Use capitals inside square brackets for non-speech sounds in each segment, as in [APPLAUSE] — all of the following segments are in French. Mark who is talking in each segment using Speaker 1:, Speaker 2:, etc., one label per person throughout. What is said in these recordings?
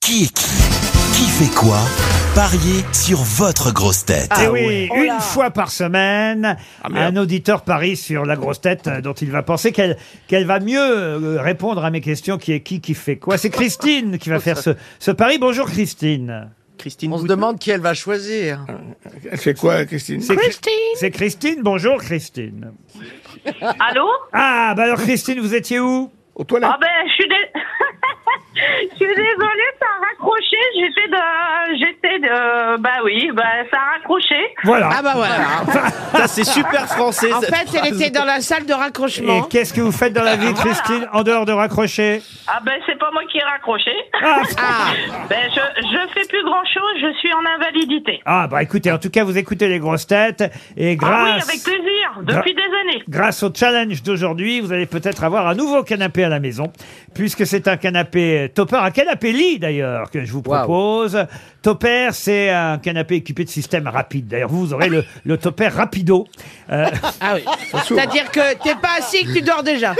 Speaker 1: Qui est qui Qui fait quoi Pariez sur votre grosse tête.
Speaker 2: Eh oui,
Speaker 3: Oh là. Ah,
Speaker 2: une fois par semaine, un auditeur parie sur la grosse tête euh, dont il va penser qu'elle qu'elle va mieux euh, répondre à mes questions qui est qui, qui fait quoi. C'est Christine qui va faire ce, ce pari. Bonjour Christine.
Speaker 4: On se demande qui elle va choisir.
Speaker 5: Elle fait quoi, Christine
Speaker 2: C'est Chris- C'est Christine. Bonjour Christine.
Speaker 6: Allô
Speaker 2: Ah, bah alors Christine, vous étiez où
Speaker 5: Aux toilettes
Speaker 6: Ah ben, je suis dé- [LAUGHS] je suis désolée, ça a raccroché. J'étais de, j'étais de, bah oui, bah ça a raccroché.
Speaker 2: Voilà.
Speaker 4: Ah bah voilà.
Speaker 7: C'est super français.
Speaker 4: En
Speaker 7: cette
Speaker 4: fait, elle
Speaker 7: phrase.
Speaker 4: était dans la salle de
Speaker 2: Et
Speaker 4: raccrochement.
Speaker 2: qu'est-ce que vous faites dans la vie, Christine, en dehors de raccrocher
Speaker 6: Ah ben c'est pas moi qui ai raccroché.
Speaker 2: ah,
Speaker 4: Ah,
Speaker 6: Ben je, je fais plus grand chose. Je suis en invalidité.
Speaker 2: ah, bah écoutez, en tout cas, vous écoutez les grosses têtes et grâce.
Speaker 6: Ah oui, avec plaisir. Depuis des années.
Speaker 2: Grâce au challenge d'aujourd'hui, vous allez peut-être avoir un nouveau canapé à la maison, puisque c'est un canapé topper, un canapé lit d'ailleurs, que je vous
Speaker 4: Waouh.
Speaker 2: propose. Topper, c'est un canapé équipé de système rapide. D'ailleurs, vous, vous aurez le, le topper rapido. Euh,
Speaker 4: ah oui. C'est-à-dire que t'es pas assis que tu dors déjà.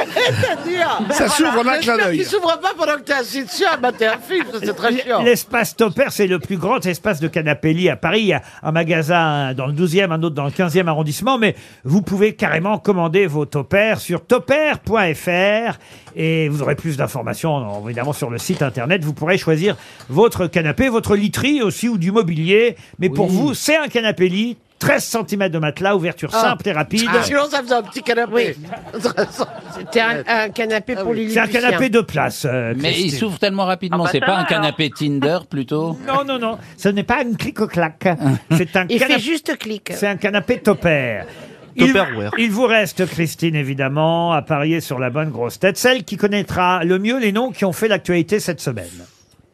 Speaker 5: Ça s'ouvre en un clin d'œil.
Speaker 4: s'ouvre pas pendant que t'es assis dessus à mater un film, c'est très
Speaker 2: L'espace Topper, c'est le plus grand espace de canapé-lit à Paris. Il y a un magasin dans le 12e, un autre dans le 15e arrondissement, mais vous pouvez carrément commander vos Toppers sur topper.fr et vous aurez plus d'informations évidemment sur le site internet. Vous pourrez choisir votre canapé, votre literie aussi ou du mobilier. Mais pour vous, c'est un canapé-lit. 13 cm de matelas, ouverture simple et rapide.
Speaker 4: Sinon, ça faisait un petit canapé. C'était un, un canapé pour Lily.
Speaker 2: c'est un
Speaker 4: Lucien.
Speaker 2: canapé de place. euh,
Speaker 8: Mais il
Speaker 2: Christine.
Speaker 8: s'ouvre tellement rapidement,
Speaker 6: Ah bah
Speaker 8: c'est
Speaker 6: ça
Speaker 8: pas
Speaker 6: va,
Speaker 8: un canapé Tinder [LAUGHS] plutôt
Speaker 2: Non, non, non. Ce n'est pas une clic-au-clac. C'est un
Speaker 4: Il
Speaker 2: canapé.
Speaker 4: fait juste clic.
Speaker 2: C'est un canapé topper. Il,
Speaker 7: Tupperware.
Speaker 2: il vous reste, Christine, évidemment, à parier sur la bonne grosse tête, celle qui connaîtra le mieux les noms qui ont fait l'actualité cette semaine.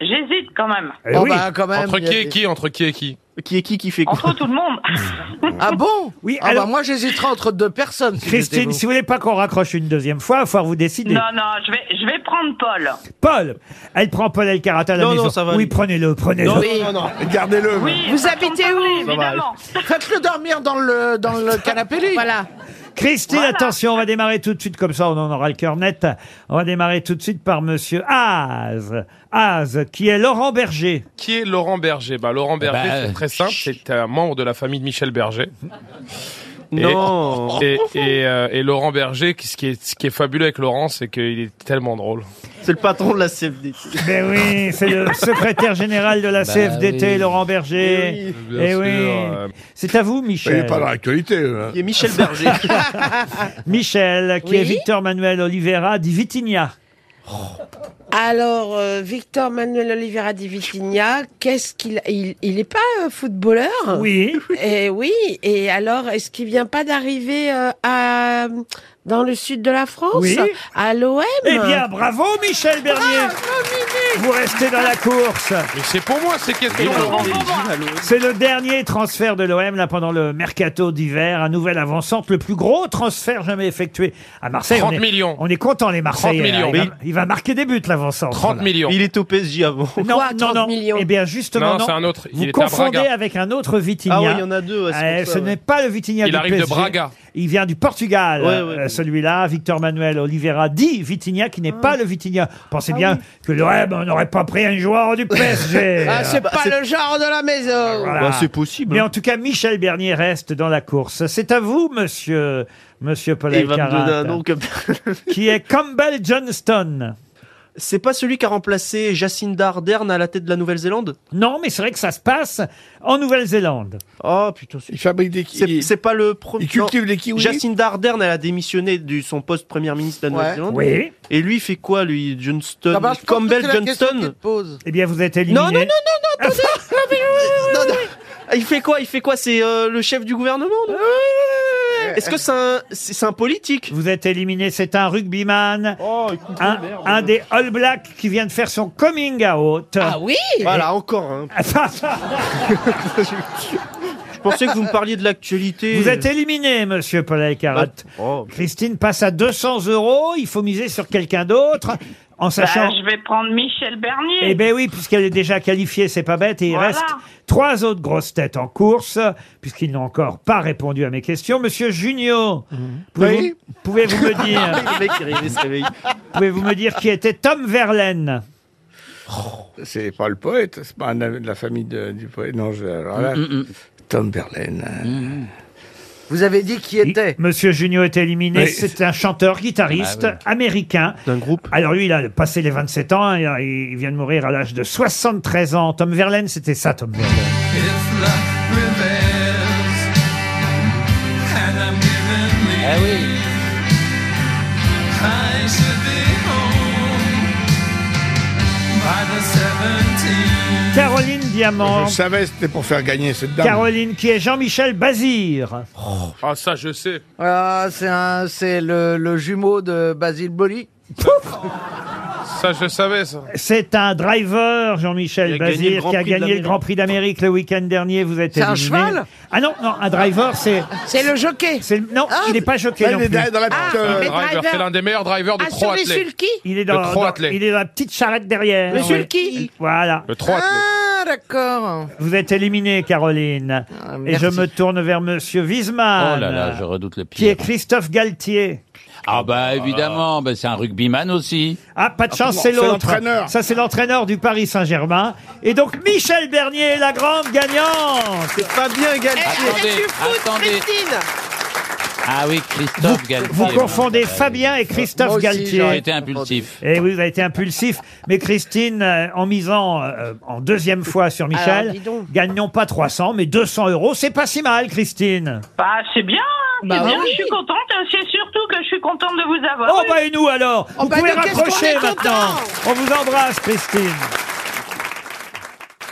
Speaker 6: J'hésite quand même.
Speaker 2: Eh
Speaker 4: Oh
Speaker 2: oui.
Speaker 4: bah, quand même.
Speaker 9: Entre
Speaker 4: il y a
Speaker 9: qui et
Speaker 4: des-
Speaker 9: qui Entre qui et qui
Speaker 7: Qui est qui qui fait
Speaker 2: [LAUGHS]
Speaker 7: quoi
Speaker 6: Entre tout le monde.
Speaker 4: Ah bon
Speaker 2: Oui,
Speaker 4: Ah bah,
Speaker 2: alors-
Speaker 4: moi j'hésiterai entre deux personnes. si
Speaker 2: Christine,
Speaker 4: j'étais
Speaker 2: si vous voulez pas qu'on raccroche une deuxième fois, il va falloir vous décider.
Speaker 6: Non non, je vais, je vais prendre Paul.
Speaker 2: Paul, elle prend Paul El Karata à la
Speaker 7: Non, non,
Speaker 2: maison.
Speaker 7: ça va
Speaker 2: oui,
Speaker 7: aller.
Speaker 2: prenez-le, prenez-le.
Speaker 4: vous. Oui.
Speaker 5: Gardez-le.
Speaker 6: Oui.
Speaker 4: Vous
Speaker 6: on s'en
Speaker 4: habitez où
Speaker 6: parlait, Évidemment.
Speaker 4: Faites-le dormir dans le, dans le canapé lit. Voilà.
Speaker 2: Christine, attention, on va démarrer tout de suite comme ça, on en aura le cœur net. On va démarrer tout de suite par Monsieur Az, Az, qui est Laurent Berger.
Speaker 9: Qui est Laurent Berger bah, Laurent Berger,
Speaker 8: Bah,
Speaker 9: c'est très simple, c'est un membre de la famille de Michel Berger. Et-
Speaker 7: Non.
Speaker 9: Et, et, euh, et Laurent Berger, qui- ce qui, est, ce qui est fabuleux avec Laurent, c'est qu'il est tellement drôle.
Speaker 7: C'est le patron de la CFD.
Speaker 2: Ben oui, c'est le secrétaire général
Speaker 7: Bah
Speaker 2: de la CFDT, Laurent Berger.
Speaker 9: Bien
Speaker 2: Eh
Speaker 9: sûr,
Speaker 2: oui.
Speaker 9: euh,
Speaker 2: C'est à vous,
Speaker 5: Il n'est
Speaker 2: Michel.
Speaker 5: pas dans l'actualité. là.
Speaker 7: Il y a Michel Berger.
Speaker 2: Michel, qui
Speaker 4: Oui
Speaker 2: est Victor Manuel Oliveira di Vitigna.
Speaker 4: Alors, euh, Victor Manuel Oliveira di Vitigna, qu'est-ce qu'il. Il, il est pas euh, footballeur
Speaker 2: Oui.
Speaker 4: Et oui, et alors, est-ce qu'il vient pas d'arriver euh, à. dans le sud de la France
Speaker 2: Oui.
Speaker 4: À l'OM
Speaker 2: Eh bien, bravo, Michel
Speaker 4: Ah,
Speaker 2: Bernier. Vous restez dans la course.
Speaker 9: Mais c'est pour moi ces questions.
Speaker 2: C'est le dernier transfert de l'OM là pendant le mercato d'hiver, un nouvel avant-centre, le plus gros transfert jamais effectué à Marseille.
Speaker 9: 30
Speaker 2: on est,
Speaker 9: millions.
Speaker 2: On est content les Marseillais. hein.
Speaker 9: 30 millions.
Speaker 2: Il, va, il va marquer des buts l'avant-centre.
Speaker 9: 30
Speaker 2: là.
Speaker 9: millions.
Speaker 7: Il est au PSG avant.
Speaker 2: Non,
Speaker 4: Quoi,
Speaker 2: non,
Speaker 4: 30
Speaker 2: non.
Speaker 4: millions
Speaker 2: Eh bien, justement,
Speaker 9: Non, c'est un autre. Il
Speaker 2: Vous
Speaker 9: était à
Speaker 2: confondez
Speaker 9: Braga.
Speaker 2: avec un autre Vitigna.
Speaker 7: Ah ouais, il y en a deux. ouais, c'est
Speaker 2: Euh,
Speaker 7: pour ça,
Speaker 2: ce
Speaker 7: ouais.
Speaker 2: n'est pas le Vitinha
Speaker 9: Il
Speaker 2: du
Speaker 9: arrive de
Speaker 2: PSG.
Speaker 9: Braga.
Speaker 2: Il vient du Portugal,
Speaker 7: Ouais, ouais,
Speaker 2: euh,
Speaker 7: ouais. Ah.
Speaker 2: celui-là. Victor Manuel Oliveira dit Vitinha qui n'est pas le Vitinha. Pensez bien que l'OM n'aurait pas pris un joueur du
Speaker 7: [LAUGHS]
Speaker 2: PSG.
Speaker 4: Ah, c'est
Speaker 7: bah,
Speaker 4: pas
Speaker 7: c'est-
Speaker 4: le genre de la maison
Speaker 2: Voilà.
Speaker 7: Bah, c'est possible.
Speaker 2: Mais en tout cas, Michel Bernier reste dans la course. C'est à vous, monsieur, monsieur Paul
Speaker 7: Il va me
Speaker 2: Alcarat,
Speaker 7: donner un nom comme...
Speaker 2: [LAUGHS] qui est Campbell Johnston.
Speaker 7: C'est pas celui qui a remplacé Jacinda Ardern à la tête de la Nouvelle-Zélande
Speaker 2: Non, mais c'est vrai que ça se passe en Nouvelle-Zélande.
Speaker 7: Oh putain, c'est-
Speaker 5: Il fabrique des
Speaker 7: c'est
Speaker 5: kiwis.
Speaker 7: c'est pas le premier.
Speaker 5: Il cultive des kiwis.
Speaker 7: Jacinda Ardern, elle a démissionné de son poste première ministre de la
Speaker 4: Ouais.
Speaker 7: Nouvelle-Zélande.
Speaker 2: Oui.
Speaker 7: Et lui, il fait quoi, lui Johnston
Speaker 4: Ah bah, je pense
Speaker 7: Campbell
Speaker 4: que c'est la question qu'il
Speaker 7: Johnston
Speaker 4: te pose.
Speaker 2: Eh bien, vous êtes éliminé.
Speaker 7: Non, non, non, Non, non. Il fait quoi Il fait quoi C'est euh, le chef du gouvernement non Est-ce que c'est un, c'est c'est un politique
Speaker 2: Vous êtes éliminé. C'est un rugbyman. un, un des All Blacks qui vient de faire son coming out. [LAUGHS]
Speaker 4: Ah oui
Speaker 7: Voilà, encore. hein. Je pensais que vous me parliez de l'actualité.
Speaker 2: Vous êtes éliminé, monsieur Paul Alcarat.
Speaker 7: Oh.
Speaker 2: Christine passe à 200 euros. Il faut miser sur quelqu'un d'autre. En
Speaker 6: Bah,
Speaker 2: sachant.
Speaker 6: je vais prendre Michel Bernier.
Speaker 2: Eh ben oui, puisqu'elle est déjà qualifiée, c'est pas bête. Et il
Speaker 6: Voilà.
Speaker 2: reste trois autres grosses têtes en course, puisqu'ils n'ont encore pas répondu à mes questions. Monsieur Junio, pouvez-vous
Speaker 5: Oui.
Speaker 7: [LAUGHS]
Speaker 2: pouvez-vous me dire,
Speaker 7: Le mec, il réveille, il se réveille.
Speaker 2: pouvez-vous me dire qui était Tom Verlaine
Speaker 5: C'est pas le poète, c'est pas un ami de la famille de- du poète. Non, je, alors là, Tom Berlaine.
Speaker 3: Vous avez dit qui était
Speaker 2: Monsieur Junio est éliminé.
Speaker 5: Oui.
Speaker 2: C'est un chanteur, guitariste
Speaker 8: Ah
Speaker 2: américain.
Speaker 7: D'un groupe
Speaker 2: Alors lui, il a passé les 27 ans. Il, a- il vient de mourir à l'âge de 73 ans. Tom Verlaine, c'était ça, Tom Verlaine.
Speaker 8: Ah oui.
Speaker 2: Caroline Diamant.
Speaker 5: Je savais, c'était pour faire gagner cette dame.
Speaker 2: Caroline, qui est Jean-Michel Bazir.
Speaker 9: Ah, ça, je sais.
Speaker 3: Ah, c'est un, c'est le, le jumeau de Basile Boli.
Speaker 9: Ça, je savais, ça.
Speaker 2: C'est un driver,
Speaker 7: Il
Speaker 2: Jean-Michel
Speaker 7: a gagné le
Speaker 2: Bazir,
Speaker 7: Grand
Speaker 2: qui a
Speaker 7: Prix de
Speaker 2: gagné le
Speaker 7: l'Amérique.
Speaker 2: Grand Prix d'Amérique le week-end dernier. Vous êtes
Speaker 3: C'est un
Speaker 2: éliminé.
Speaker 3: cheval
Speaker 2: Ah non, non, un driver, c'est.
Speaker 4: C'est le jockey.
Speaker 2: c'est le- Non,
Speaker 3: Ah,
Speaker 2: il n'est pas choqué.
Speaker 5: Là,
Speaker 2: non
Speaker 5: il est
Speaker 2: plus.
Speaker 5: derrière dans la petite.
Speaker 4: Ah,
Speaker 5: euh,
Speaker 4: Le mais-
Speaker 9: driver,
Speaker 4: driver.
Speaker 9: c'est l'un des meilleurs drivers de
Speaker 4: Ah, sur
Speaker 9: trois
Speaker 4: les
Speaker 9: athlés.
Speaker 4: sulky
Speaker 2: Il est dans,
Speaker 9: Le croc
Speaker 2: dans-
Speaker 9: attelé.
Speaker 2: il est dans la petite charrette derrière.
Speaker 4: Le
Speaker 2: Oui.
Speaker 4: sulky
Speaker 2: Voilà.
Speaker 9: Le 3 athlé.
Speaker 3: Ah, d'accord.
Speaker 2: Vous êtes éliminée, Caroline.
Speaker 3: Ah,
Speaker 2: Et je
Speaker 3: merci.
Speaker 2: me tourne vers Monsieur Wiesmann.
Speaker 8: Oh là là, je redoute le pire.
Speaker 2: Qui est Christophe Galtier.
Speaker 8: Ah bah évidemment, bah, c'est un rugbyman aussi.
Speaker 2: Ah, pas de chance,
Speaker 5: bon,
Speaker 2: c'est
Speaker 5: c'est
Speaker 2: l'autre.
Speaker 5: l'entraîneur.
Speaker 2: Ça, c'est l'entraîneur du Paris Saint-Germain. Et donc, Michel Bernier, la grande gagnante.
Speaker 7: Fabien Galtier.
Speaker 8: Attendez,
Speaker 4: Eh,
Speaker 8: attendez. Ah oui, Christophe Galtier.
Speaker 2: Vous confondez
Speaker 8: Ah oui.
Speaker 2: Fabien et Christophe
Speaker 3: Moi aussi,
Speaker 2: Galtier.
Speaker 8: J'aurais été impulsif.
Speaker 2: Et oui, vous avez été impulsif. Mais Christine, euh, en misant euh, en deuxième fois sur
Speaker 4: Alors,
Speaker 2: Michel,
Speaker 4: dis donc.
Speaker 2: gagnons pas 300, mais 200 euros. C'est pas si mal, Christine.
Speaker 6: Bah, c'est bien, hein, c'est
Speaker 4: Bah
Speaker 6: bien,
Speaker 4: oui.
Speaker 6: je suis contente. C'est surtout que je suis contente de vous avoir.
Speaker 2: Oh
Speaker 6: eu.
Speaker 2: bah et nous alors
Speaker 4: Oh
Speaker 2: Vous
Speaker 4: bah
Speaker 2: pouvez
Speaker 4: nous, qu'est-ce qu'on
Speaker 2: rapprocher
Speaker 4: est
Speaker 2: maintenant
Speaker 4: contents
Speaker 2: On vous embrasse Christine